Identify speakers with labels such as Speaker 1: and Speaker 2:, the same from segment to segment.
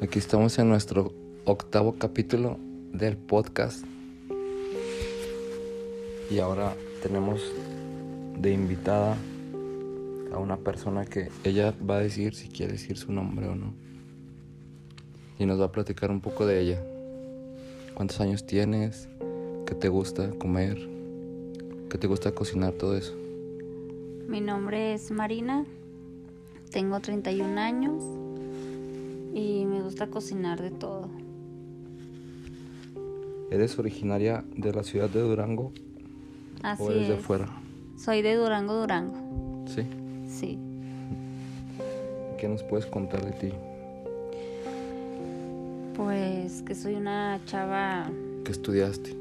Speaker 1: Aquí estamos en nuestro octavo capítulo del podcast. Y ahora tenemos de invitada a una persona que ella va a decir si quiere decir su nombre o no. Y nos va a platicar un poco de ella. ¿Cuántos años tienes? ¿Qué te gusta comer? ¿Qué te gusta cocinar? Todo eso.
Speaker 2: Mi nombre es Marina, tengo 31 años y me gusta cocinar de todo.
Speaker 1: ¿Eres originaria de la ciudad de Durango
Speaker 2: Así
Speaker 1: o eres de
Speaker 2: es.
Speaker 1: fuera?
Speaker 2: Soy de Durango, Durango.
Speaker 1: Sí.
Speaker 2: Sí.
Speaker 1: ¿Qué nos puedes contar de ti?
Speaker 2: Pues que soy una chava,
Speaker 1: ¿Qué estudiaste?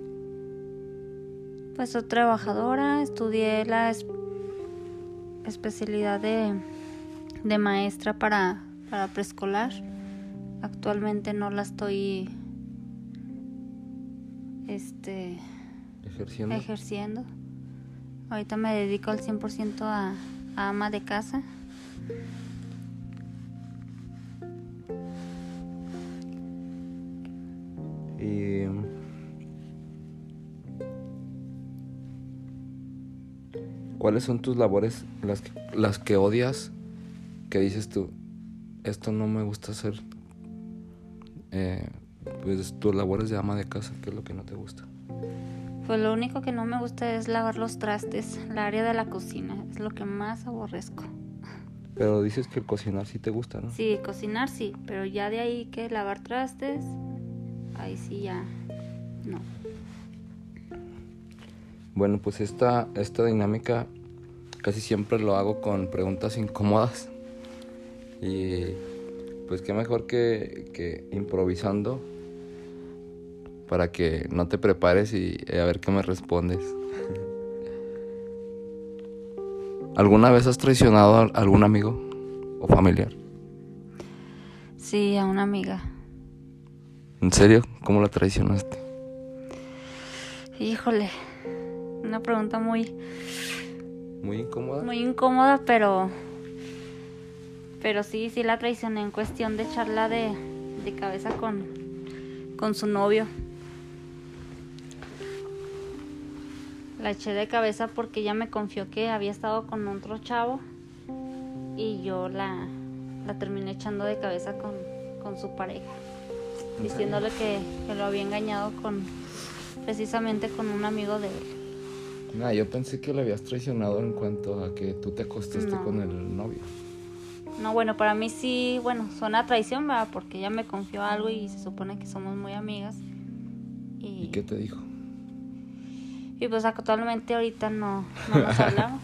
Speaker 2: pues soy trabajadora, estudié la es- especialidad de, de maestra para, para preescolar. Actualmente no la estoy este
Speaker 1: ¿Ejerciendo?
Speaker 2: ejerciendo. Ahorita me dedico al 100% a, a ama de casa.
Speaker 1: Y... ¿Cuáles son tus labores, las que, las que odias, que dices tú, esto no me gusta hacer? Eh, pues tus labores de ama de casa, ¿qué es lo que no te gusta?
Speaker 2: Pues lo único que no me gusta es lavar los trastes, la área de la cocina, es lo que más aborrezco.
Speaker 1: Pero dices que el cocinar sí te gusta, ¿no?
Speaker 2: Sí, cocinar sí, pero ya de ahí que lavar trastes, ahí sí ya no.
Speaker 1: Bueno, pues esta, esta dinámica casi siempre lo hago con preguntas incómodas. Y pues qué mejor que, que improvisando para que no te prepares y eh, a ver qué me respondes. ¿Alguna vez has traicionado a algún amigo o familiar?
Speaker 2: Sí, a una amiga.
Speaker 1: ¿En serio? ¿Cómo la traicionaste?
Speaker 2: Híjole, una pregunta muy,
Speaker 1: Muy incómoda.
Speaker 2: muy incómoda, pero, pero sí, sí la traicioné en cuestión de charla de, de cabeza con, con su novio. La eché de cabeza porque ella me confió que había estado con otro chavo y yo la, la terminé echando de cabeza con, con su pareja, diciéndole que, que lo había engañado con precisamente con un amigo de él.
Speaker 1: Nah, yo pensé que la habías traicionado en cuanto a que tú te acostaste
Speaker 2: No.
Speaker 1: con el novio.
Speaker 2: No, bueno, para mí sí, bueno, suena a traición, ¿verdad? Porque ella me confió algo y se supone que somos muy amigas. Y,
Speaker 1: ¿Y qué te dijo?
Speaker 2: y pues actualmente ahorita no, no nos hablamos.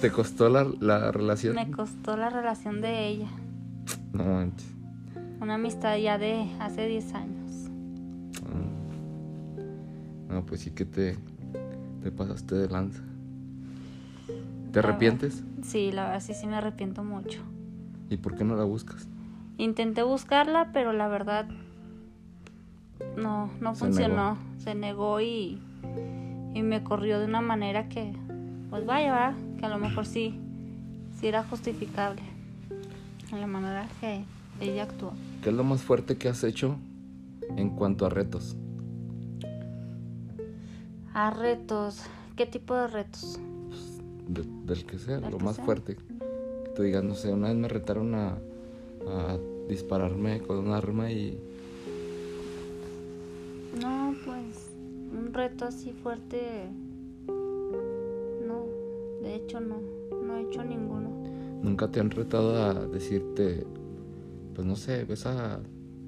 Speaker 1: ¿Te costó la, la relación?
Speaker 2: me costó la relación de ella.
Speaker 1: No manches.
Speaker 2: Una amistad ya de hace 10 años.
Speaker 1: Mm. No, pues sí que te, te pasaste de lanza. ¿Te
Speaker 2: La verdad.
Speaker 1: arrepientes?
Speaker 2: Sí, la verdad sí, sí me arrepiento mucho.
Speaker 1: ¿Y por qué no la buscas?
Speaker 2: Intenté buscarla, pero la verdad no, no
Speaker 1: Se
Speaker 2: funcionó. Se negó y, y me corrió de una manera que, pues vaya, ¿verdad? que a lo mejor sí, sí era justificable. En la manera que ella actuó.
Speaker 1: ¿Qué es lo más fuerte que has hecho en cuanto a retos?
Speaker 2: A retos. ¿Qué tipo de retos?
Speaker 1: De- del que sea,
Speaker 2: Del
Speaker 1: lo
Speaker 2: que
Speaker 1: más
Speaker 2: sea.
Speaker 1: fuerte. Que tú digas, no sé, una vez me retaron a, a dispararme con un arma y
Speaker 2: No, pues un reto así fuerte. No, de hecho no. No he hecho ninguno.
Speaker 1: nunca te han retado a decirte, pues no sé, ves a,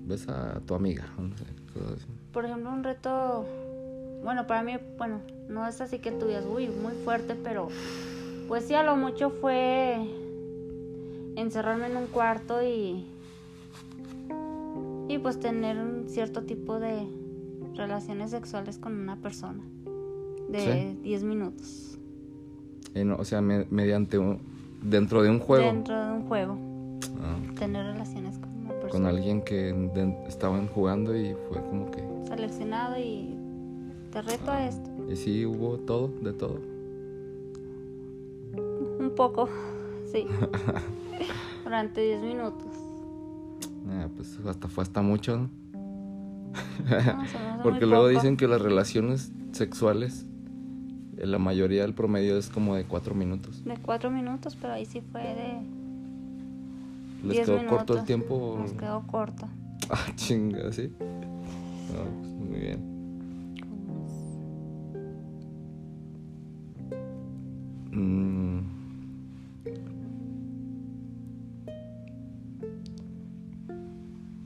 Speaker 1: ves a tu amiga. No sé, cosas así.
Speaker 2: por ejemplo, un reto, bueno, para mí, bueno, no es así que tú digas, uy, muy fuerte, pero pues sí, a lo mucho fue encerrarme en un cuarto y, y pues tener un cierto tipo de relaciones sexuales con una persona de 10 minutos
Speaker 1: En- Eh, o sea, me- mediante un, dentro de un juego.
Speaker 2: dentro de un juego,
Speaker 1: Ah,
Speaker 2: tener relaciones con una persona.
Speaker 1: con alguien que de- estaban jugando y fue como que...
Speaker 2: Seleccionado y te reto a esto.
Speaker 1: Y sí, hubo todo, de todo.
Speaker 2: Un poco, sí. Durante 10 minutos.
Speaker 1: Eh, pues hasta fue hasta mucho, ¿no?
Speaker 2: No, se me hace
Speaker 1: Porque
Speaker 2: muy
Speaker 1: luego
Speaker 2: poco.
Speaker 1: dicen que las relaciones sexuales, eh, la mayoría del promedio es como de cuatro minutos.
Speaker 2: De cuatro minutos, pero ahí sí fue de.
Speaker 1: ¿Les
Speaker 2: diez
Speaker 1: quedó
Speaker 2: minutos.
Speaker 1: corto el tiempo? o-
Speaker 2: Nos quedó corto.
Speaker 1: Ah, chinga, sí. No, pues, muy bien. Mm.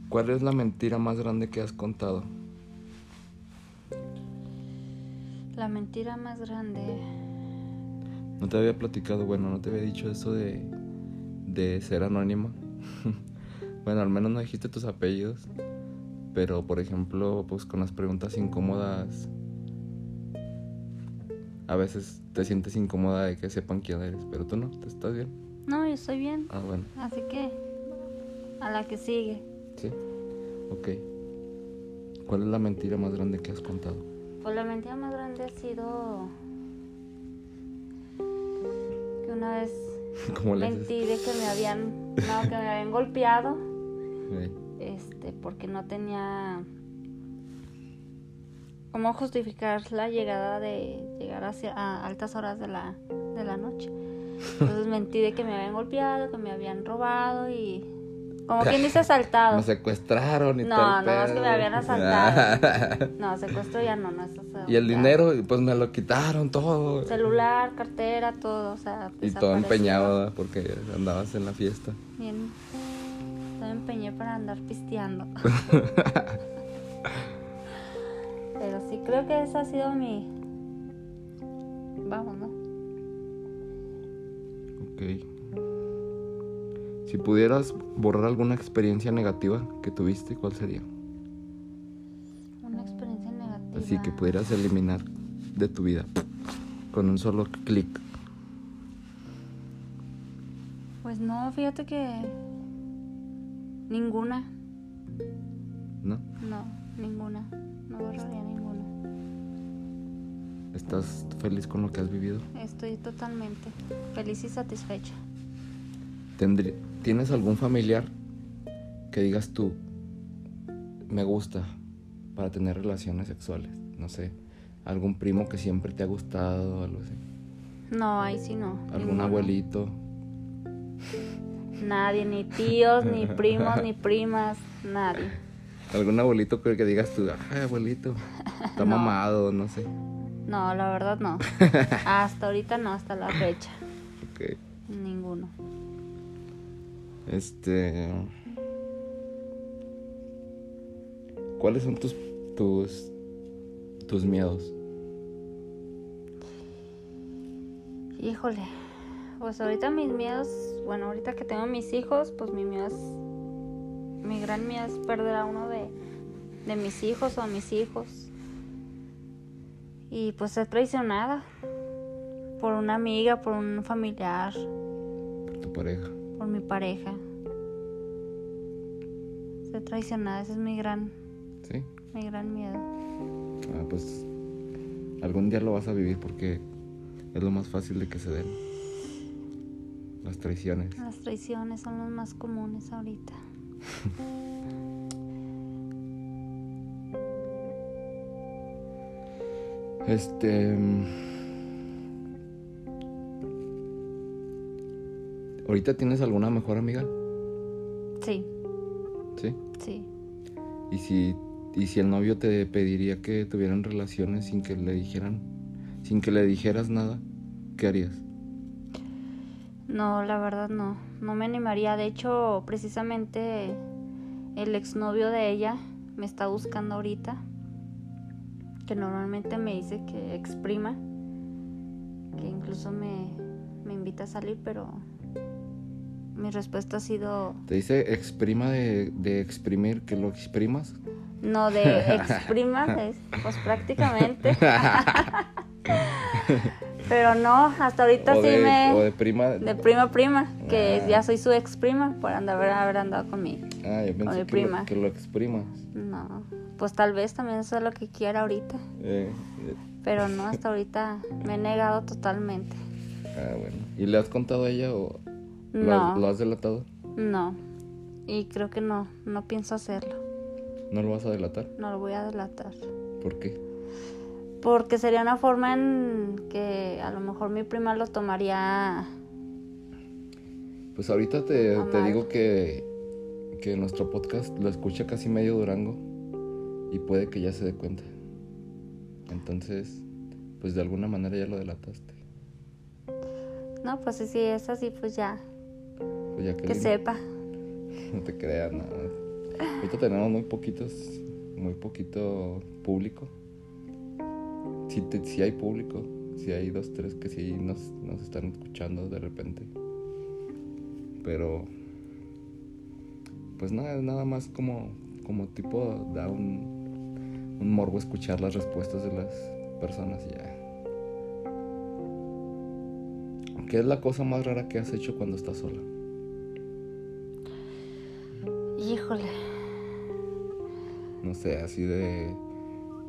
Speaker 1: ¿Cuál es la mentira más grande que has contado?
Speaker 2: La mentira más grande.
Speaker 1: No te había platicado, bueno, no te había dicho eso de, de ser anónima. bueno, al menos no dijiste tus apellidos. Pero, por ejemplo, pues con las preguntas incómodas, a veces te sientes incómoda de que sepan quién eres, pero tú no, te estás bien.
Speaker 2: No, yo estoy bien.
Speaker 1: Ah, bueno,
Speaker 2: Así que. A la que sigue.
Speaker 1: sí. Ok. ¿Cuál es la mentira más grande que has contado?
Speaker 2: Pues la mentira más grande ha sido. Que una vez
Speaker 1: ¿Cómo le haces?
Speaker 2: mentí de que me habían. No, que me habían golpeado.
Speaker 1: Eh,
Speaker 2: Este, porque no tenía. ¿Cómo justificar la llegada de llegar hacia, a altas horas de la, de la noche? Entonces mentí de que me habían golpeado, que me habían robado y. Como quien dice asaltado.
Speaker 1: Me secuestraron y
Speaker 2: No,
Speaker 1: todo el
Speaker 2: no, es que
Speaker 1: pedo.
Speaker 2: me habían asaltado. No, secuestro ya no, no es asalto.
Speaker 1: y el dinero, pues me lo quitaron todo.
Speaker 2: Celular, cartera, todo, o sea.
Speaker 1: Y todo
Speaker 2: desapareció.
Speaker 1: empeñado ¿verdad? porque andabas en la fiesta.
Speaker 2: Bien. Todo empeñé para andar pisteando. Pero sí, creo que esa ha sido mi. Vamos, ¿no?
Speaker 1: Ok. Si pudieras borrar alguna experiencia negativa que tuviste, ¿cuál sería?
Speaker 2: Una experiencia negativa.
Speaker 1: Así que pues- pudieras eliminar de tu vida con un solo clic.
Speaker 2: Pues no, fíjate que. Ninguna.
Speaker 1: ¿No?
Speaker 2: No, ninguna. No borraría ninguna.
Speaker 1: ¿Estás feliz con lo que has vivido?
Speaker 2: Estoy totalmente feliz y satisfecha.
Speaker 1: Tendrí- ¿Tienes algún familiar que digas tú, me gusta para tener relaciones sexuales? No sé, algún primo que siempre te ha gustado, algo así.
Speaker 2: No, ahí sí no.
Speaker 1: Algún
Speaker 2: ninguno.
Speaker 1: abuelito.
Speaker 2: Nadie, ni tíos, ni primos, ni primas, nadie.
Speaker 1: Algún abuelito que, que digas tú, ay abuelito, está
Speaker 2: No.
Speaker 1: mamado, no sé.
Speaker 2: No, la verdad no. Hasta ahorita no, hasta la fecha.
Speaker 1: Ok.
Speaker 2: Ninguno.
Speaker 1: Este. ¿Cuáles son tus tus tus miedos?
Speaker 2: Híjole. Pues ahorita mis miedos, bueno, ahorita que tengo mis hijos, pues mi miedo es, mi gran miedo es perder a uno de, de mis hijos o a mis hijos. Y pues ser traicionada por una amiga, por un familiar,
Speaker 1: Por tu pareja.
Speaker 2: por mi pareja. Ser traicionada, ese es mi gran,
Speaker 1: ¿Sí?
Speaker 2: mi gran miedo.
Speaker 1: Ah, pues. Algún día lo vas a vivir porque es lo más fácil de que se den. Las traiciones.
Speaker 2: Las traiciones son las más comunes ahorita.
Speaker 1: Este. mm, ¿Ahorita tienes alguna mejor amiga?
Speaker 2: Sí,
Speaker 1: Sí.
Speaker 2: sí.
Speaker 1: ¿Y si, y si el novio te pediría que tuvieran relaciones sin que le dijeran, sin que le dijeras nada, ¿qué harías?
Speaker 2: No, la verdad no. No me animaría. De hecho, precisamente el exnovio de ella me está buscando ahorita. Que normalmente me dice que exprima. Que incluso me, me invita a salir, pero mi respuesta ha sido
Speaker 1: Te dice exprima de, de exprimir, que lo exprimas.
Speaker 2: no de exprima, de- pues prácticamente. pero no, hasta ahorita
Speaker 1: o,
Speaker 2: sí
Speaker 1: de,
Speaker 2: me...
Speaker 1: o de prima.
Speaker 2: De prima prima, que
Speaker 1: Ah.
Speaker 2: ya soy su ex prima por andar, haber andado conmigo.
Speaker 1: ah, yo pensé que,
Speaker 2: de
Speaker 1: Lo,
Speaker 2: prima.
Speaker 1: que lo exprimas.
Speaker 2: No, pues tal vez también eso es lo que quiera ahorita.
Speaker 1: Eh, eh,
Speaker 2: Pero no, hasta ahorita me he negado totalmente.
Speaker 1: ah, bueno. ¿Y le has contado a ella o lo,
Speaker 2: No,
Speaker 1: lo has delatado?
Speaker 2: no. Y creo que no, no pienso hacerlo.
Speaker 1: ¿No lo vas a delatar?
Speaker 2: No lo voy a delatar.
Speaker 1: ¿Por qué?
Speaker 2: Porque sería una forma en que a lo mejor mi prima lo tomaría.
Speaker 1: Pues ahorita te,
Speaker 2: A
Speaker 1: te
Speaker 2: mal.
Speaker 1: digo que, que nuestro podcast lo escucha casi medio Durango y puede que ya se dé cuenta. Entonces, pues de alguna manera ya lo delataste.
Speaker 2: No, pues sí, sí, es así, pues ya.
Speaker 1: Pues ya que,
Speaker 2: Que
Speaker 1: le-
Speaker 2: sepa.
Speaker 1: no te creas nada. Ahorita tenemos muy poquitos, muy poquito público. Si, hay público, si hay dos, tres que sí nos, nos están escuchando de repente. Pero, pues nada, es nada más como, como tipo da un, un morbo escuchar las respuestas de las personas y ya. ¿Qué es la cosa más rara que has hecho cuando estás sola?
Speaker 2: Híjole.
Speaker 1: no sé, así de,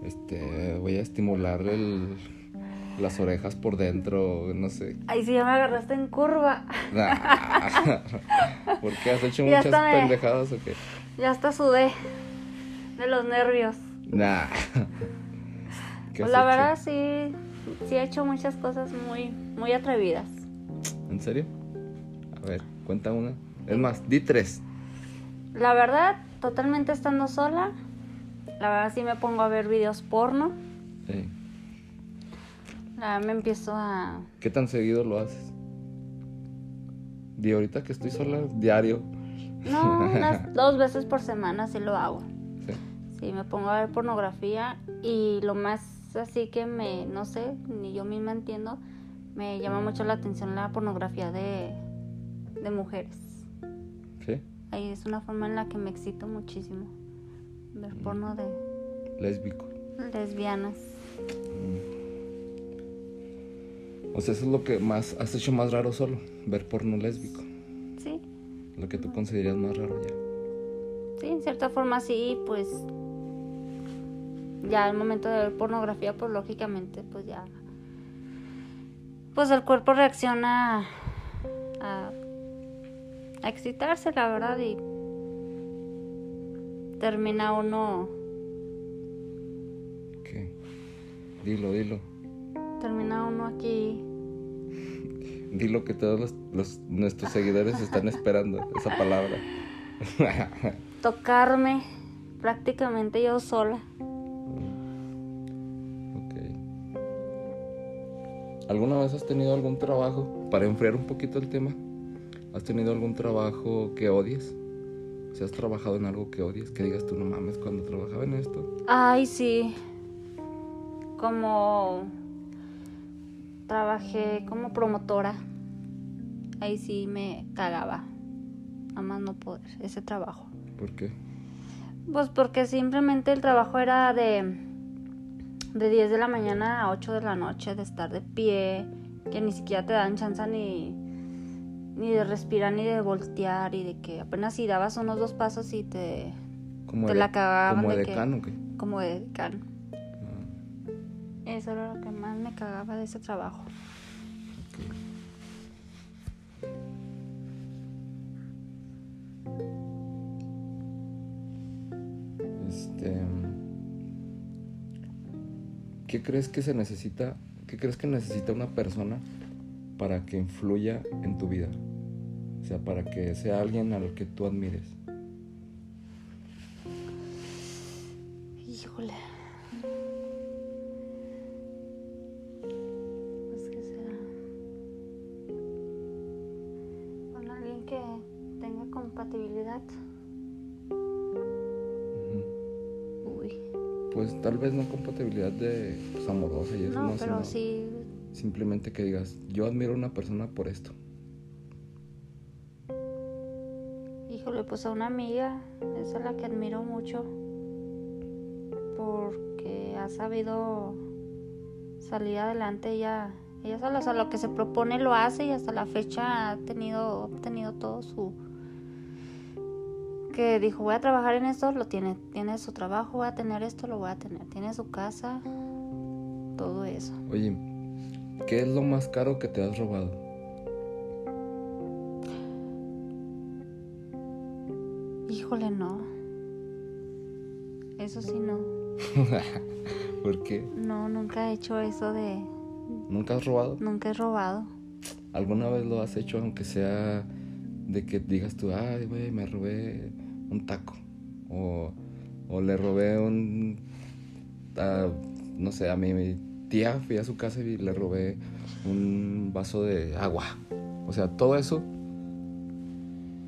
Speaker 1: este, voy a estimular el, las orejas por dentro, no sé.
Speaker 2: Ay, si ya me agarraste en curva.
Speaker 1: Nah. ¿Por qué has hecho
Speaker 2: Ya
Speaker 1: muchas
Speaker 2: está, me-
Speaker 1: pendejadas o qué?
Speaker 2: Ya hasta sudé. De los nervios.
Speaker 1: Nah. ¿Qué
Speaker 2: Pues
Speaker 1: has
Speaker 2: la
Speaker 1: hecho?
Speaker 2: verdad sí, sí he hecho muchas cosas muy, muy atrevidas.
Speaker 1: ¿En serio? A ver, cuenta una. Es más, di tres.
Speaker 2: La verdad, totalmente estando sola, la verdad sí me pongo a ver videos porno.
Speaker 1: Eh,
Speaker 2: La verdad me empiezo a...
Speaker 1: ¿Qué tan seguido lo haces? Di ahorita que estoy sola, diario.
Speaker 2: No, unas dos veces por semana sí lo hago.
Speaker 1: Sí.
Speaker 2: Sí, me pongo a ver pornografía y lo más así que me, no sé, ni yo misma entiendo, me llama mucho la atención la pornografía de, de mujeres.
Speaker 1: ¿Sí?
Speaker 2: Ahí es una forma en la que me excito muchísimo. Ver porno de
Speaker 1: Lésbico.
Speaker 2: lesbianas.
Speaker 1: O sea, eso es lo que más has hecho más raro solo, ver porno lésbico.
Speaker 2: Sí,
Speaker 1: Lo que tú consideras más raro ya.
Speaker 2: sí, en cierta forma sí, pues ya al momento de ver pornografía, pues lógicamente, pues ya, pues el cuerpo reacciona a, a excitarse, la verdad, y termina uno,
Speaker 1: ¿Qué? Dilo, dilo.
Speaker 2: termina uno aquí.
Speaker 1: Dilo que todos los, los- nuestros seguidores están esperando esa palabra.
Speaker 2: tocarme prácticamente yo sola.
Speaker 1: Ok. ¿Alguna vez has tenido algún trabajo? Para enfriar un poquito el tema, ¿has tenido algún trabajo que odies? Si has trabajado en algo que odies, que digas tú no mames cuando trabajaba en esto.
Speaker 2: Ay, sí. Como trabajé como promotora. Ahí sí me cagaba. Nada más no poder, ese trabajo.
Speaker 1: ¿Por qué?
Speaker 2: Pues porque simplemente el trabajo era de de 10 de la mañana a 8 de la noche de estar de pie, que ni siquiera te dan chance ni ni de respirar ni de voltear y de que apenas si dabas unos dos pasos y te
Speaker 1: Como
Speaker 2: Te
Speaker 1: de-
Speaker 2: la cagaban
Speaker 1: como
Speaker 2: de
Speaker 1: de
Speaker 2: que-
Speaker 1: cano, ¿qué?
Speaker 2: como de can. Eso era lo que más me cagaba de ese trabajo.
Speaker 1: Este. ¿Qué crees que se necesita? ¿Qué crees que necesita una persona para que influya en tu vida? O sea, para que sea alguien al que tú admires.
Speaker 2: Híjole. Pues que será. Con alguien que tenga compatibilidad.
Speaker 1: Ujú.
Speaker 2: Uy.
Speaker 1: Pues tal vez no compatibilidad de pues, amorosa y eso.
Speaker 2: No,
Speaker 1: sino
Speaker 2: pero sí.
Speaker 1: Simplemente que digas, yo admiro a una persona por esto.
Speaker 2: Híjole, pues a una amiga. Esa es la que admiro mucho. Porque ha sabido salir adelante. Ella, ella sola, o sea, lo que se propone lo hace y hasta la fecha ha tenido, obtenido todo su. que dijo voy a trabajar en esto, lo tiene, tiene su trabajo, voy a tener esto, lo voy a tener, tiene su casa, todo eso.
Speaker 1: Oye, ¿qué es lo más caro que te has robado?
Speaker 2: Híjole, no. Eso sí, no.
Speaker 1: ¿Por qué?
Speaker 2: No, nunca he hecho eso de...
Speaker 1: ¿Nunca has robado?
Speaker 2: Nunca he robado.
Speaker 1: ¿Alguna vez lo has hecho aunque sea de que digas tú, ay, güey, me robé un taco? O, o le robé un... a- no sé, a mi, mi tía fui a su casa y le robé un vaso de agua. O sea, todo eso...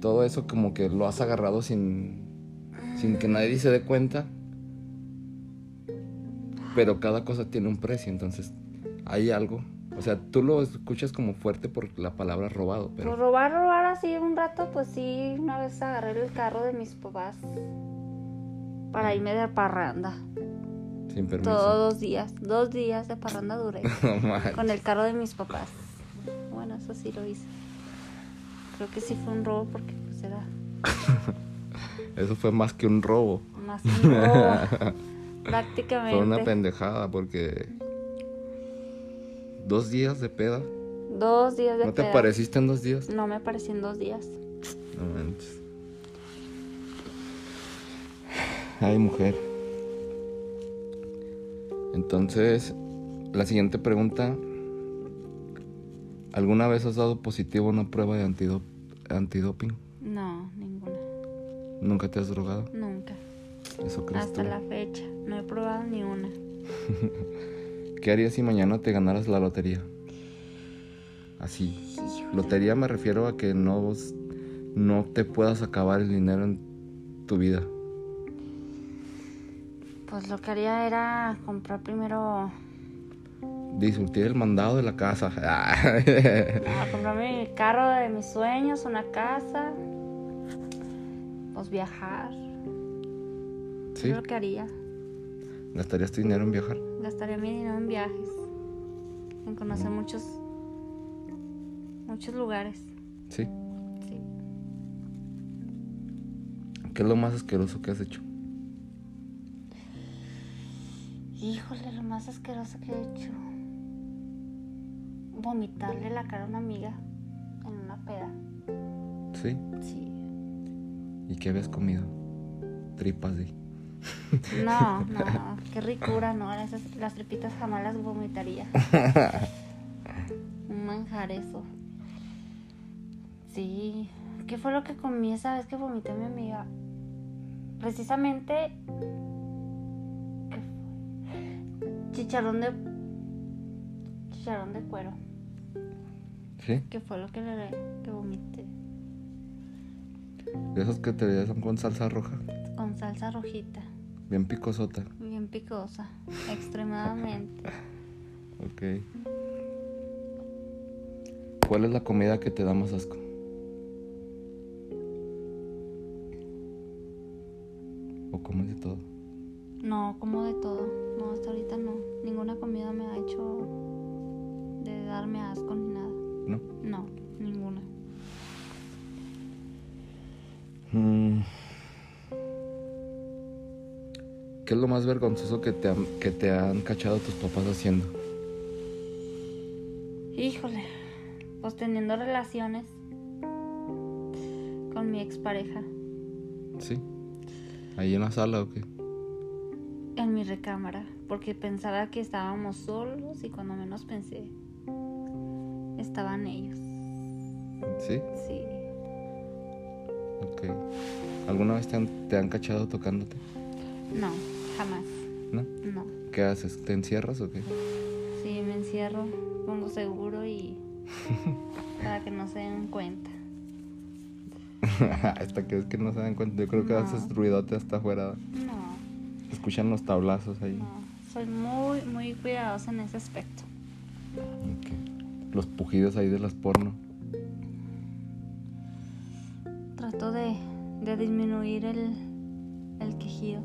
Speaker 1: Todo eso como que lo has agarrado sin, sin que nadie se dé cuenta. Pero cada cosa tiene un precio, entonces hay algo. O sea, tú lo escuchas como fuerte por la palabra robado, pero...
Speaker 2: Pues robar, robar así un rato, pues sí, una vez agarré el carro de mis papás para irme de parranda.
Speaker 1: Sin permiso.
Speaker 2: Todos dos días, dos días de parranda duré
Speaker 1: No manches.
Speaker 2: con el carro de mis papás. Bueno, eso sí lo hice. Creo que sí fue un robo porque pues era
Speaker 1: Eso fue más que un robo.
Speaker 2: más que un robo. Prácticamente.
Speaker 1: Fue una pendejada porque dos días de peda.
Speaker 2: Dos días de
Speaker 1: ¿No te
Speaker 2: peda.
Speaker 1: apareciste en dos días?
Speaker 2: No me aparecí en dos días.
Speaker 1: No manches. Ay, mujer. Entonces, la siguiente pregunta. ¿Alguna vez has dado positivo a una prueba de antidop- antidoping?
Speaker 2: No, ninguna.
Speaker 1: ¿Nunca te has drogado?
Speaker 2: Nunca.
Speaker 1: ¿Eso crees
Speaker 2: Hasta
Speaker 1: tú?
Speaker 2: la fecha. No he probado ni una.
Speaker 1: ¿Qué harías si mañana te ganaras la lotería? Así. Lotería me refiero a que no, no te puedas acabar el dinero en tu vida.
Speaker 2: Pues lo que haría era comprar primero,
Speaker 1: Disfrutar el mandado de la casa.
Speaker 2: a comprarme el ah, carro de mis sueños, una casa, pues viajar.
Speaker 1: sí,
Speaker 2: Es lo que haría.
Speaker 1: gastarías tu dinero en viajar.
Speaker 2: Gastaría mi dinero en viajes, en conocer muchos, muchos lugares.
Speaker 1: Sí.
Speaker 2: Sí.
Speaker 1: ¿Qué es lo más asqueroso que has hecho?
Speaker 2: Híjole, lo más asqueroso que he hecho. Vomitarle la cara a una amiga en una peda.
Speaker 1: Sí.
Speaker 2: Sí.
Speaker 1: ¿Y qué habías comido? Tripas de.
Speaker 2: No, no, qué ricura, no. Esas, las tripitas jamás las vomitaría. Un manjar eso. Sí. ¿Qué fue lo que comí esa vez que vomité mi amiga? Precisamente. ¿Qué fue? Chicharrón de. Chicharrón de cuero.
Speaker 1: Sí.
Speaker 2: ¿Qué fue lo que, le, que vomité?
Speaker 1: De esos que te dan con salsa roja.
Speaker 2: Con salsa rojita.
Speaker 1: Bien picosota.
Speaker 2: Bien picosa. Extremadamente.
Speaker 1: Ok. ¿Cuál es la comida que te da más asco? ¿O comes de todo?
Speaker 2: No, como de todo. No, hasta ahorita no. Ninguna comida me ha hecho de darme asco ni nada.
Speaker 1: ¿No?
Speaker 2: No, ninguna.
Speaker 1: Mm. ¿Qué es lo más vergonzoso que te, han, que te han cachado tus papás haciendo?
Speaker 2: Híjole. Pues teniendo relaciones con mi expareja
Speaker 1: ¿Sí? ¿Ahí en la sala o qué?
Speaker 2: en mi recámara. Porque pensaba que estábamos solos y cuando menos pensé, estaban ellos.
Speaker 1: ¿Sí?
Speaker 2: Sí.
Speaker 1: Ok. ¿Alguna vez te han, te han cachado tocándote?
Speaker 2: No, jamás.
Speaker 1: ¿No?
Speaker 2: No.
Speaker 1: ¿Qué haces? ¿Te encierras o qué?
Speaker 2: Sí, me encierro, pongo seguro y. para que no se den cuenta.
Speaker 1: hasta que es que no se dan cuenta. Yo creo que
Speaker 2: No.
Speaker 1: haces ruidote hasta afuera.
Speaker 2: No.
Speaker 1: Escuchan los tablazos ahí.
Speaker 2: No, soy muy, muy cuidadosa en ese aspecto.
Speaker 1: Ok. Los pujidos ahí de las porno.
Speaker 2: Trato de, de disminuir el, el quejido.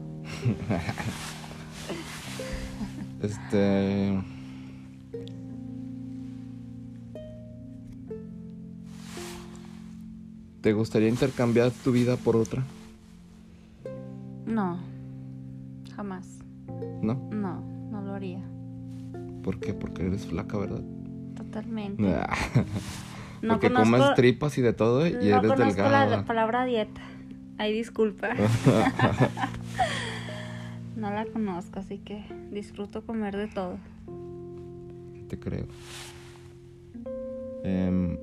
Speaker 1: Este. ¿Te gustaría intercambiar tu vida por otra?
Speaker 2: No, jamás.
Speaker 1: ¿No?
Speaker 2: No, no lo haría.
Speaker 1: ¿Por qué? Porque eres flaca, ¿verdad?
Speaker 2: Totalmente.
Speaker 1: Porque comes tripas y de todo y
Speaker 2: no
Speaker 1: eres
Speaker 2: conozco la
Speaker 1: delgada.
Speaker 2: palabra dieta. Ay, disculpa. no la conozco, así que disfruto comer de todo.
Speaker 1: Te creo. Em,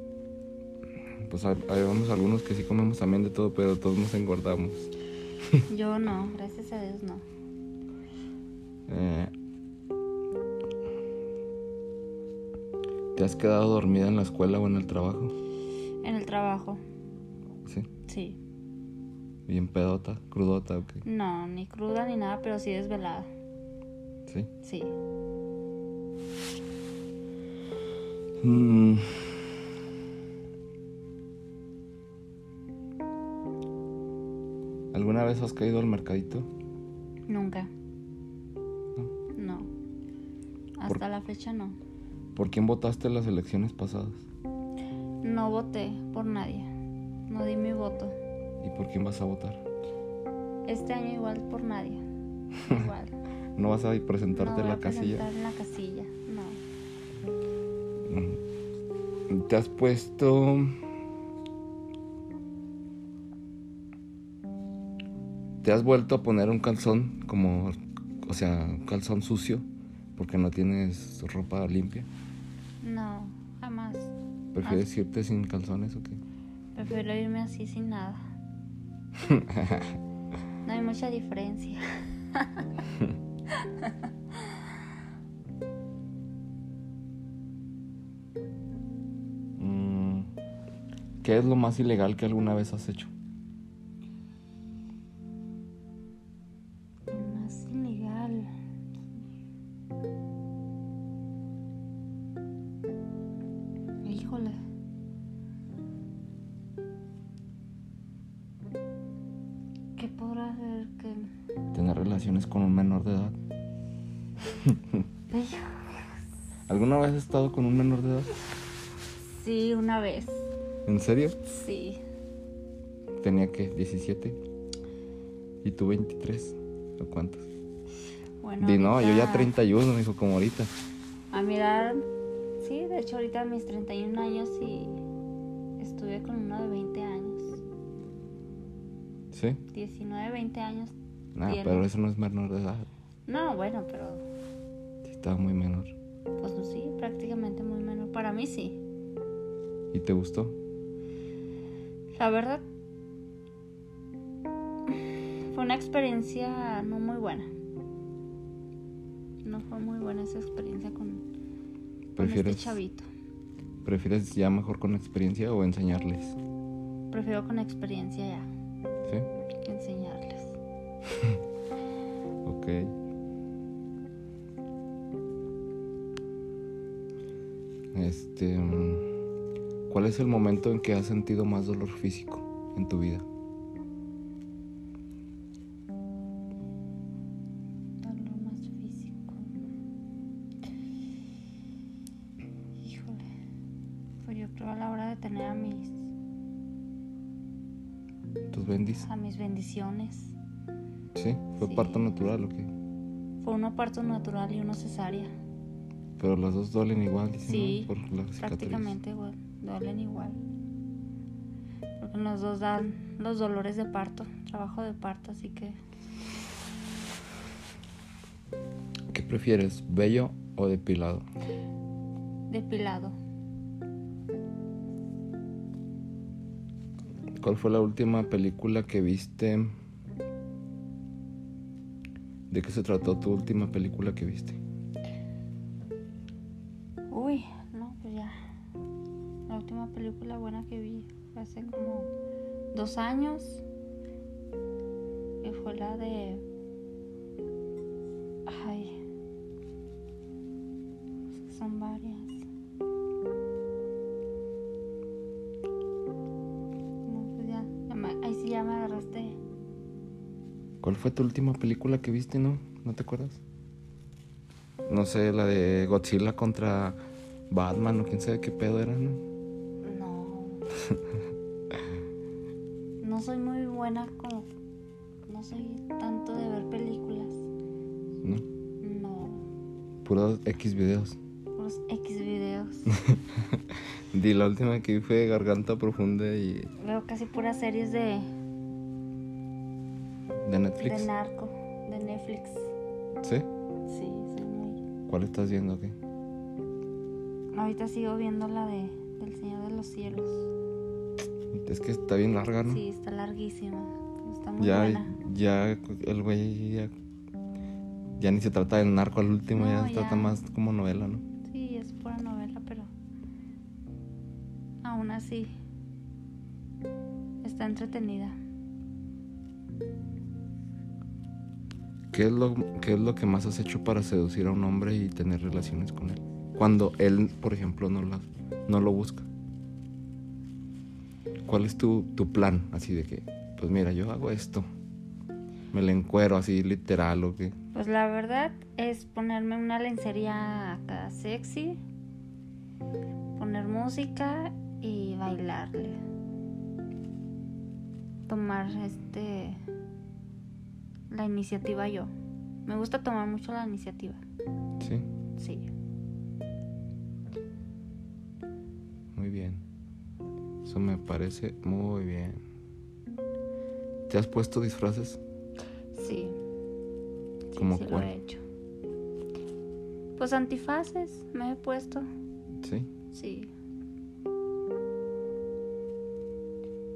Speaker 1: pues hay, hay unos- algunos que sí comemos también de todo, pero todos nos engordamos.
Speaker 2: Yo no, gracias a Dios no.
Speaker 1: Eh, ¿Te has quedado dormida en la escuela o en el trabajo?
Speaker 2: En el trabajo,
Speaker 1: Sí.
Speaker 2: sí.
Speaker 1: Bien pedota, crudota, ok.
Speaker 2: No, ni cruda ni nada, pero sí desvelada.
Speaker 1: Sí.
Speaker 2: Sí.
Speaker 1: Mm. ¿Alguna vez has caído al mercadito?
Speaker 2: Nunca. No. Hasta la fecha no.
Speaker 1: ¿Por quién votaste en las elecciones pasadas?
Speaker 2: No voté por nadie. No di mi voto.
Speaker 1: ¿Y por quién vas a votar?
Speaker 2: Este año igual por nadie. Igual.
Speaker 1: ¿No vas a presentarte
Speaker 2: No voy
Speaker 1: en la
Speaker 2: a
Speaker 1: casilla?
Speaker 2: presentar en la casilla. No.
Speaker 1: ¿Te has puesto... ¿Te has vuelto a poner un calzón como... O sea, un calzón sucio? Porque no tienes ropa limpia.
Speaker 2: No. Jamás.
Speaker 1: ¿Prefieres
Speaker 2: Ah.
Speaker 1: irte sin calzones o qué?
Speaker 2: Prefiero irme así sin nada. No hay mucha diferencia.
Speaker 1: Mm, ¿Qué es lo más ilegal que alguna vez has hecho?
Speaker 2: Más ilegal. Híjole. ¿Qué podrá ser que.?
Speaker 1: ¿Tener relaciones con un menor de edad?
Speaker 2: Ay,
Speaker 1: ¿Alguna vez has estado con un menor de edad?
Speaker 2: Sí, una vez.
Speaker 1: ¿En serio?
Speaker 2: Sí.
Speaker 1: Tenía que 17 y tú 23. ¿O cuántos?
Speaker 2: Bueno.
Speaker 1: Di, no, yo ya
Speaker 2: ahorita-
Speaker 1: 31, dijo, como ahorita.
Speaker 2: A mirar. Sí, de hecho, ahorita a mis 31 años y. Estuve con uno de 20 años.
Speaker 1: ¿Sí?
Speaker 2: 19, 20 años.
Speaker 1: Nah,
Speaker 2: Tiene.
Speaker 1: pero eso no es menor de edad.
Speaker 2: No, bueno, pero.
Speaker 1: Sí, estaba muy menor.
Speaker 2: Pues sí, prácticamente muy menor. Para mí sí.
Speaker 1: ¿Y te gustó?
Speaker 2: La verdad, fue una experiencia no muy buena. No fue muy buena esa experiencia con, con este
Speaker 1: ¿Prefieres,
Speaker 2: chavito.
Speaker 1: ¿Prefieres ya mejor con experiencia o enseñarles?
Speaker 2: Prefiero con experiencia ya,
Speaker 1: ¿Sí?
Speaker 2: enseñarles.
Speaker 1: Ok. Este. mm, ¿Cuál es el momento en que has sentido más dolor físico en tu vida?
Speaker 2: Dolor más físico. Híjole. Pues yo creo a la hora de tener a mis,
Speaker 1: ¿Tus bendis?
Speaker 2: a mis bendiciones.
Speaker 1: Sí, fue
Speaker 2: Sí.
Speaker 1: parto natural o qué?
Speaker 2: Fue uno parto natural y uno cesárea.
Speaker 1: Pero las dos duelen igual, dicen,
Speaker 2: Sí,
Speaker 1: ¿no? por la cicatriz.
Speaker 2: prácticamente igual, duelen igual. Porque los dos dan los dolores de parto, trabajo de parto, así que
Speaker 1: ¿Qué prefieres, bello o depilado?
Speaker 2: depilado.
Speaker 1: ¿Cuál fue la última película que viste? ¿De qué se trató tu última película que viste?
Speaker 2: Uy, no, pues ya. La última película buena que vi fue hace como dos años. Que fue la de. Ay. es que Son varias. No, pues ya. ya me- ahí sí ya me agarraste.
Speaker 1: ¿Cuál fue tu última película que viste, no? ¿No te acuerdas? No sé, la de Godzilla contra Batman o quién sabe qué pedo era, ¿no?
Speaker 2: No. No soy muy buena como. No soy tanto de ver películas.
Speaker 1: ¿No?
Speaker 2: No.
Speaker 1: Puros X videos.
Speaker 2: Unos X videos.
Speaker 1: Di, la última que vi fue Garganta Profunda y
Speaker 2: Veo casi puras series de.
Speaker 1: ¿De Netflix?
Speaker 2: De narco, de Netflix.
Speaker 1: ¿Sí?
Speaker 2: Sí, soy muy.
Speaker 1: ¿Cuál estás viendo aquí?
Speaker 2: Ahorita sigo viendo la de del Señor de los Cielos.
Speaker 1: Es que está bien larga, ¿no?
Speaker 2: Sí, está larguísima. Está muy
Speaker 1: ya,
Speaker 2: buena.
Speaker 1: ya el güey ya, ya ni se trata del narco al último, ya
Speaker 2: No,
Speaker 1: se trata
Speaker 2: ya.
Speaker 1: más como novela, ¿no?
Speaker 2: Sí, es pura novela, pero aún así está entretenida.
Speaker 1: ¿Qué es, lo, ¿Qué es lo que más has hecho para seducir a un hombre y tener relaciones con él? Cuando él, por ejemplo, no, las, no lo busca. ¿Cuál es tu, tu plan? Así de que, pues mira, yo hago esto. Me le encuero así literal o qué.
Speaker 2: Pues la verdad es ponerme una lencería acá sexy, poner música y bailarle. Tomar este la iniciativa yo. Me gusta tomar mucho la iniciativa.
Speaker 1: Sí,
Speaker 2: Sí.
Speaker 1: muy bien. Eso me parece muy bien. ¿Te has puesto disfraces?
Speaker 2: Sí. Sí,
Speaker 1: ¿Cómo
Speaker 2: sí
Speaker 1: cuál?
Speaker 2: lo he hecho. Pues antifaces me he puesto.
Speaker 1: Sí.
Speaker 2: Sí.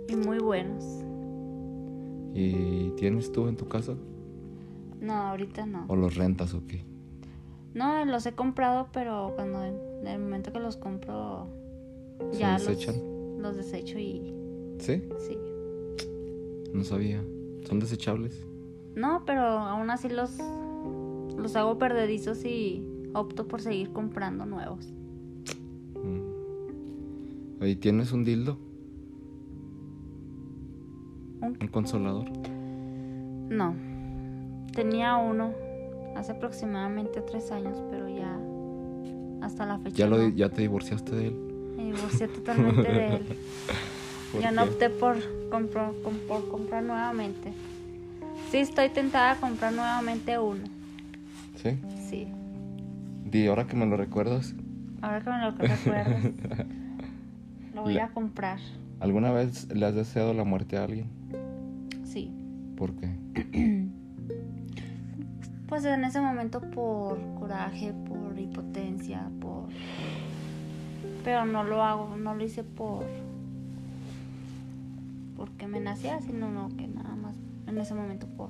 Speaker 2: Y muy buenos.
Speaker 1: ¿Y tienes tú en tu casa?
Speaker 2: No, ahorita no.
Speaker 1: ¿O los rentas o qué?
Speaker 2: No, los he comprado, pero cuando en el momento que los compro
Speaker 1: ¿Se
Speaker 2: ya los,
Speaker 1: desechan?
Speaker 2: los desecho y
Speaker 1: ¿Sí?
Speaker 2: sí.
Speaker 1: No sabía. ¿Son desechables?
Speaker 2: No, pero aún así los los hago perdedizos y opto por seguir comprando nuevos.
Speaker 1: Mm. ¿Y tienes un dildo?
Speaker 2: Un-
Speaker 1: ¿Un consolador?
Speaker 2: No. Tenía uno hace aproximadamente tres años, pero ya hasta la fecha
Speaker 1: ¿Ya, lo,
Speaker 2: no.
Speaker 1: di- ¿Ya te divorciaste de él?
Speaker 2: me divorcié totalmente de él.
Speaker 1: ¿Por
Speaker 2: Yo no
Speaker 1: qué?
Speaker 2: opté por, compro- com- por comprar nuevamente. Sí, estoy tentada a comprar nuevamente uno.
Speaker 1: ¿Sí?
Speaker 2: Sí.
Speaker 1: Di, ahora que me lo recuerdas,
Speaker 2: Ahora que me lo recuerdas, lo voy a comprar.
Speaker 1: ¿alguna vez le has deseado la muerte a alguien?
Speaker 2: Sí.
Speaker 1: ¿Por qué?
Speaker 2: Pues en ese momento por coraje, por impotencia, por... Pero no lo hago, no lo hice por... Porque me nacía, sino no, que nada más en ese momento por...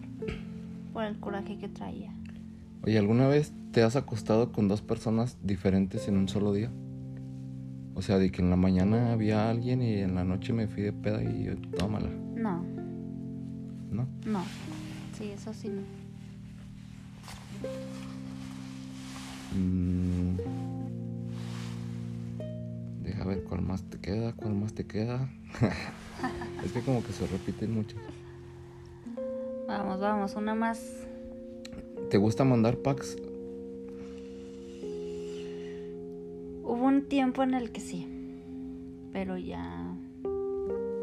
Speaker 2: Por el coraje que traía.
Speaker 1: Oye, ¿alguna vez te has acostado con dos personas diferentes en un solo día? O sea, de que en la mañana había alguien y en la noche me fui de peda y yo, tómala,
Speaker 2: No,
Speaker 1: ¿no?
Speaker 2: no. Sí, eso sí no.
Speaker 1: Mm. Deja ver cuál más te queda, cuál más te queda. es que como que se repiten muchas.
Speaker 2: Vamos, vamos, una más.
Speaker 1: ¿Te gusta mandar packs?
Speaker 2: Hubo un tiempo en el que sí. Pero ya...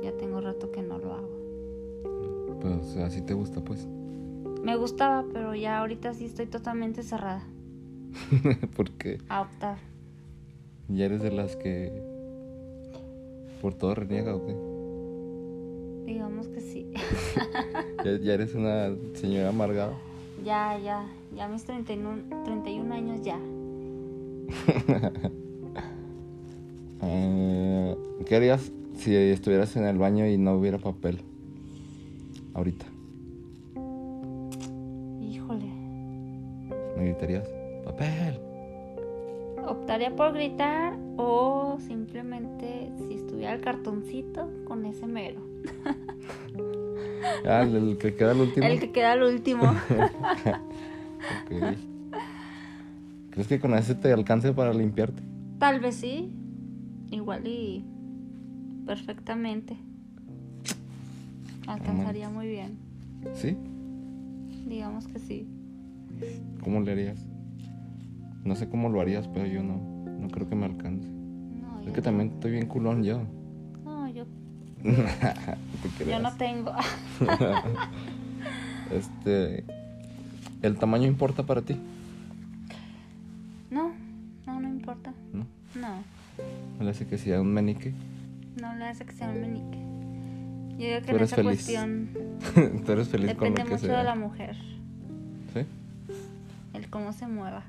Speaker 2: Ya tengo rato que no lo hago.
Speaker 1: Pues así te gusta, pues.
Speaker 2: Me gustaba, pero ya ahorita sí estoy totalmente cerrada
Speaker 1: Porque
Speaker 2: a optar.
Speaker 1: ya eres de las que por todo reniega o qué.
Speaker 2: Digamos que sí.
Speaker 1: Ya, ya eres una señora amargada.
Speaker 2: Ya, ya, ya mis 31, 31 años ya.
Speaker 1: Eh, ¿Qué harías si estuvieras en el baño y no hubiera papel? Ahorita.
Speaker 2: Híjole.
Speaker 1: ¿Me gritarías? ¡Papel!
Speaker 2: Optaría por gritar o simplemente si estuviera el cartoncito con ese mero.
Speaker 1: Ah, el, el que queda el último.
Speaker 2: El que queda al último.
Speaker 1: Ok. ¿Crees que con ese te alcance para limpiarte?
Speaker 2: Tal vez sí. Igual y perfectamente. Alcanzaría muy bien.
Speaker 1: ¿Sí?
Speaker 2: Digamos que sí.
Speaker 1: ¿Cómo le harías? No sé cómo lo harías, pero yo no. No creo que me alcance.
Speaker 2: No,
Speaker 1: Es
Speaker 2: yo
Speaker 1: que
Speaker 2: no.
Speaker 1: también estoy bien culón yo.
Speaker 2: No, yo,
Speaker 1: No te
Speaker 2: yo
Speaker 1: creas.
Speaker 2: no tengo.
Speaker 1: Este. ¿El tamaño importa para ti?
Speaker 2: No, no, no importa.
Speaker 1: ¿No?
Speaker 2: No,
Speaker 1: Me hace que sea un menique.
Speaker 2: no le hace que sea un menique. Yo digo
Speaker 1: Tú
Speaker 2: que en
Speaker 1: eres
Speaker 2: esa
Speaker 1: feliz.
Speaker 2: cuestión
Speaker 1: Tú eres feliz con
Speaker 2: depende
Speaker 1: lo que
Speaker 2: mucho
Speaker 1: sea.
Speaker 2: de la mujer,
Speaker 1: ¿Sí?
Speaker 2: el cómo se mueva.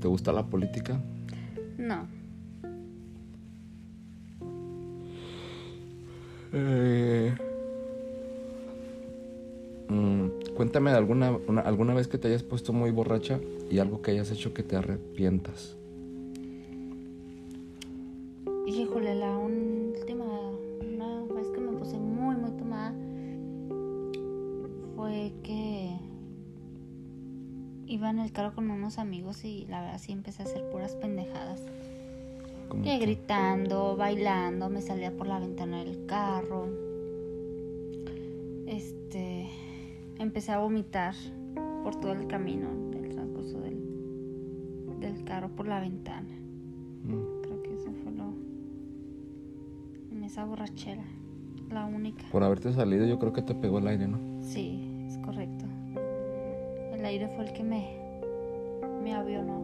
Speaker 1: ¿Te gusta la política?
Speaker 2: No,
Speaker 1: Mm, cuéntame de alguna, una- alguna vez que te hayas puesto muy borracha y algo que hayas hecho que te arrepientas.
Speaker 2: híjole, la última una vez que me puse muy, muy tomada fue que iba en el carro con unos amigos y la verdad sí empecé a hacer puras pendejadas.
Speaker 1: Como
Speaker 2: Que
Speaker 1: que-
Speaker 2: gritando, bailando, me salía por la ventana del carro. Este, empecé a vomitar por todo el camino, el transcurso del, del carro por la ventana.
Speaker 1: Mm,
Speaker 2: Creo que eso fue lo. En esa borrachera, la única.
Speaker 1: Por haberte salido yo creo que te pegó el aire, ¿no?
Speaker 2: Sí, es correcto. El aire fue el que me. me avionó.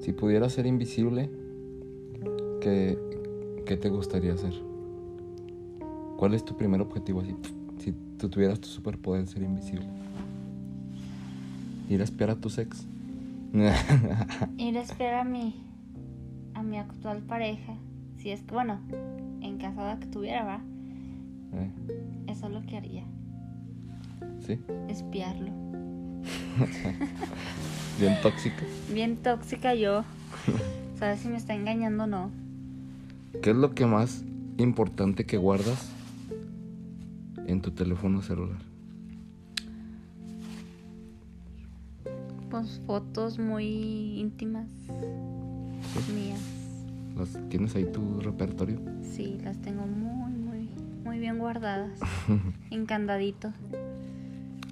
Speaker 1: Si pudieras ser invisible, ¿qué, qué te gustaría hacer? ¿Cuál es tu primer objetivo así, Si tú tuvieras tu superpoder ser invisible. Ir a espiar a tus ex.
Speaker 2: Ir a esperar a mi. a mi actual pareja. Si es que, bueno, en caso de que tuviera, va.
Speaker 1: Eh,
Speaker 2: Eso es lo que haría,
Speaker 1: ¿Sí?
Speaker 2: espiarlo.
Speaker 1: Bien tóxica.
Speaker 2: Bien tóxica yo. Sabes si me está engañando o no.
Speaker 1: ¿Qué es lo que más importante que guardas en tu teléfono celular?
Speaker 2: Pues fotos muy íntimas mías.
Speaker 1: ¿Las tienes ahí tu repertorio?
Speaker 2: Sí, las tengo muy, muy, muy bien guardadas. Encandadito.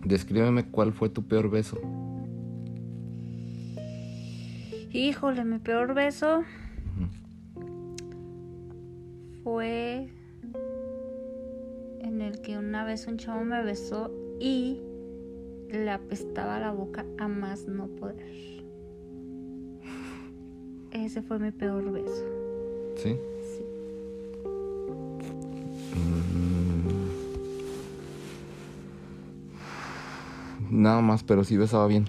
Speaker 1: Descríbeme cuál fue tu peor beso.
Speaker 2: Híjole, mi peor beso fue en el que una vez un chavo me besó y le apestaba la boca a más no poder. Ese fue mi peor beso.
Speaker 1: ¿Sí? Mm.
Speaker 2: Sí.
Speaker 1: Nada más, pero sí besaba bien.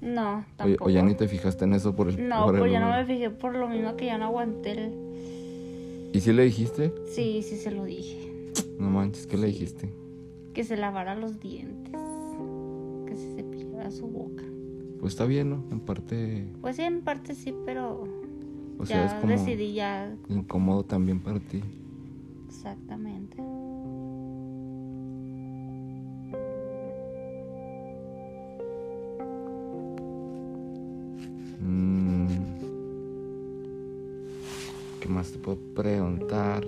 Speaker 2: No,
Speaker 1: O, ya-
Speaker 2: tampoco.
Speaker 1: o ya ni te fijaste en eso por el...
Speaker 2: No,
Speaker 1: por el-
Speaker 2: pues ya no me fijé por lo mismo que ya no aguanté el...
Speaker 1: ¿Y si le dijiste?
Speaker 2: Sí, sí se lo dije.
Speaker 1: No manches, ¿qué le dijiste?
Speaker 2: Que se lavara los dientes. Que se cepillara su boca.
Speaker 1: Pues está bien, ¿no? En parte...
Speaker 2: Pues sí, en parte sí, pero
Speaker 1: O sea,
Speaker 2: ya
Speaker 1: Pues es como...
Speaker 2: decidí ya
Speaker 1: Incómodo también para ti.
Speaker 2: exactamente.
Speaker 1: Mm. ¿Qué más te puedo preguntar?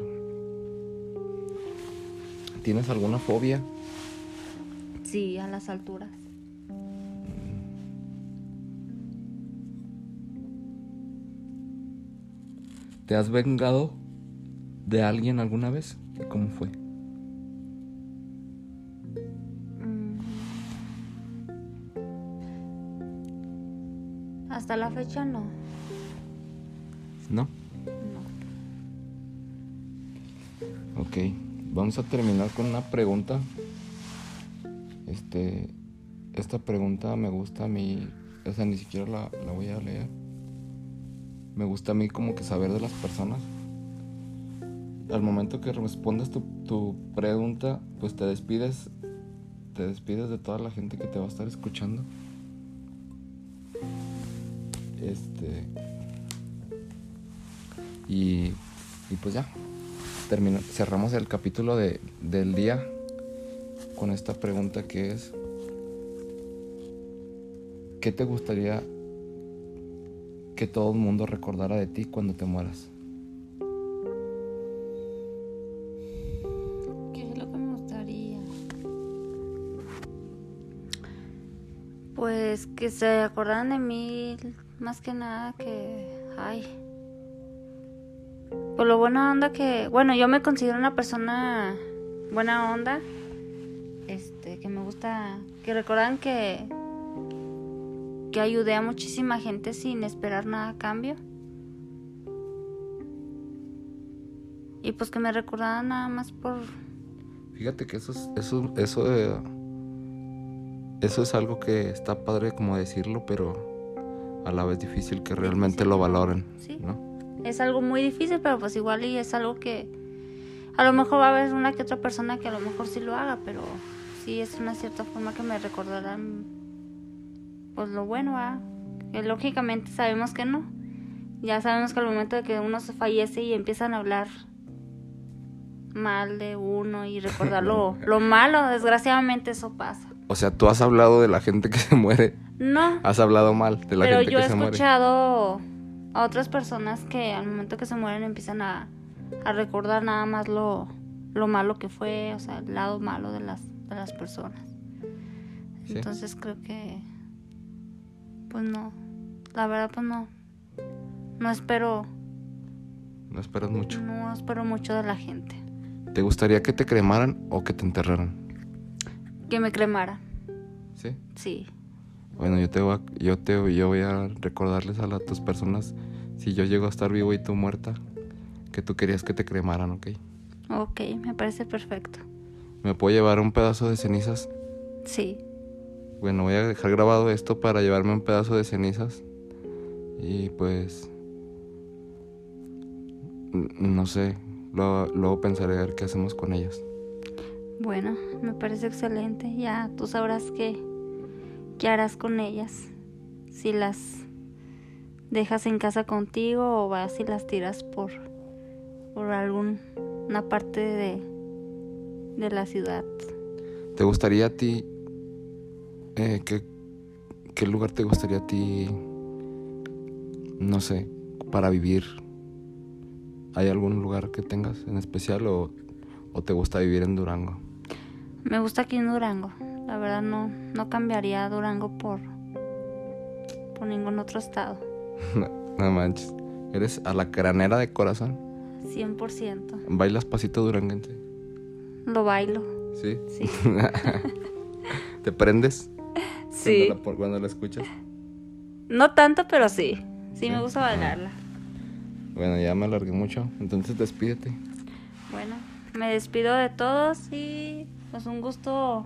Speaker 1: ¿Tienes alguna fobia?
Speaker 2: Sí, a las alturas.
Speaker 1: ¿Te has vengado de alguien alguna vez? ¿Y ¿Cómo fue?
Speaker 2: Mm. Hasta la fecha no.
Speaker 1: ¿No?
Speaker 2: no.
Speaker 1: Ok. Vamos a terminar con una pregunta. Este. Esta pregunta me gusta a mí. O sea, ni siquiera la, la voy a leer. Me gusta a mí como que saber de las personas. Al momento que respondas tu, tu pregunta, pues te despides. Te despides de toda la gente que te va a estar escuchando. Este. Y. Y pues ya. Termina- cerramos el capítulo de- del día con esta pregunta que es, ¿qué te gustaría que todo el mundo recordara de ti cuando te mueras?
Speaker 2: ¿Qué es lo que me gustaría? Pues que se acordaran de mí, más que nada que. Ay. Por lo buena onda que. Bueno, yo me considero una persona buena onda. Este, que me gusta. Que recordan que. que ayudé a muchísima gente sin esperar nada a cambio. Y pues que me recordaban nada más por...
Speaker 1: Fíjate que eso es, eso, eso, de- eso es algo que está padre como decirlo, pero a la vez difícil que realmente lo valoren,
Speaker 2: Sí.
Speaker 1: ¿no?
Speaker 2: Es algo muy difícil, pero pues igual y es algo que... A lo mejor va a haber una que otra persona que a lo mejor sí lo haga, pero sí es una cierta forma que me recordarán pues lo bueno, ¿verdad? Que lógicamente sabemos que no. Ya sabemos que al momento de que uno se fallece y empiezan a hablar mal de uno y recordar lo, lo malo, desgraciadamente eso pasa.
Speaker 1: O sea, tú has hablado de la gente que se muere,
Speaker 2: No,
Speaker 1: has hablado mal de la
Speaker 2: pero
Speaker 1: gente
Speaker 2: yo he
Speaker 1: que se muere.
Speaker 2: escuchado a otras personas que al momento que se mueren empiezan a, a recordar nada más lo, lo malo que fue, o sea, el lado malo de las, de las personas.
Speaker 1: Sí.
Speaker 2: Entonces creo que, pues no, la verdad pues no, no espero,
Speaker 1: No esperas mucho.
Speaker 2: no espero mucho de la gente.
Speaker 1: ¿Te gustaría que te cremaran o que te enterraran?
Speaker 2: Que me cremara,
Speaker 1: Sí.
Speaker 2: sí.
Speaker 1: Bueno, yo te voy a, yo te, yo voy a recordarles a las tus personas, si yo llego a estar vivo y tú muerta, que tú querías que te cremaran, ¿ok?
Speaker 2: Ok, me parece perfecto.
Speaker 1: ¿Me puedo llevar un pedazo de cenizas?
Speaker 2: Sí,
Speaker 1: Bueno, voy a dejar grabado esto para llevarme un pedazo de cenizas. Y pues... n- No sé, luego, luego pensaré a ver qué hacemos con ellas.
Speaker 2: bueno, me parece excelente. Ya tú sabrás qué, qué harás con ellas. Si las dejas en casa contigo o vas y las tiras por, por alguna parte de, de la ciudad.
Speaker 1: ¿Te gustaría a ti... eh, qué, ¿Qué lugar te gustaría a ti... No sé, para vivir? ¿Hay algún lugar que tengas en especial o, o te gusta vivir en Durango?
Speaker 2: Me gusta aquí en Durango. La verdad no, no cambiaría Durango por, por ningún otro estado.
Speaker 1: No manches, eres a la caranera de corazón.
Speaker 2: 100%.
Speaker 1: ¿Bailas pasito duranguense?
Speaker 2: Lo bailo.
Speaker 1: Sí.
Speaker 2: Sí.
Speaker 1: ¿Te prendes?
Speaker 2: Sí.
Speaker 1: Cuando la, por- cuando la escuchas.
Speaker 2: No tanto, pero sí. Sí, me
Speaker 1: Sí.
Speaker 2: gusta bailarla.
Speaker 1: Bueno, ya me alargué mucho, entonces despídete.
Speaker 2: Bueno, me despido de todos y pues un gusto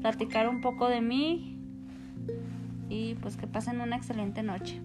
Speaker 2: platicar un poco de mí y pues que pasen una excelente noche.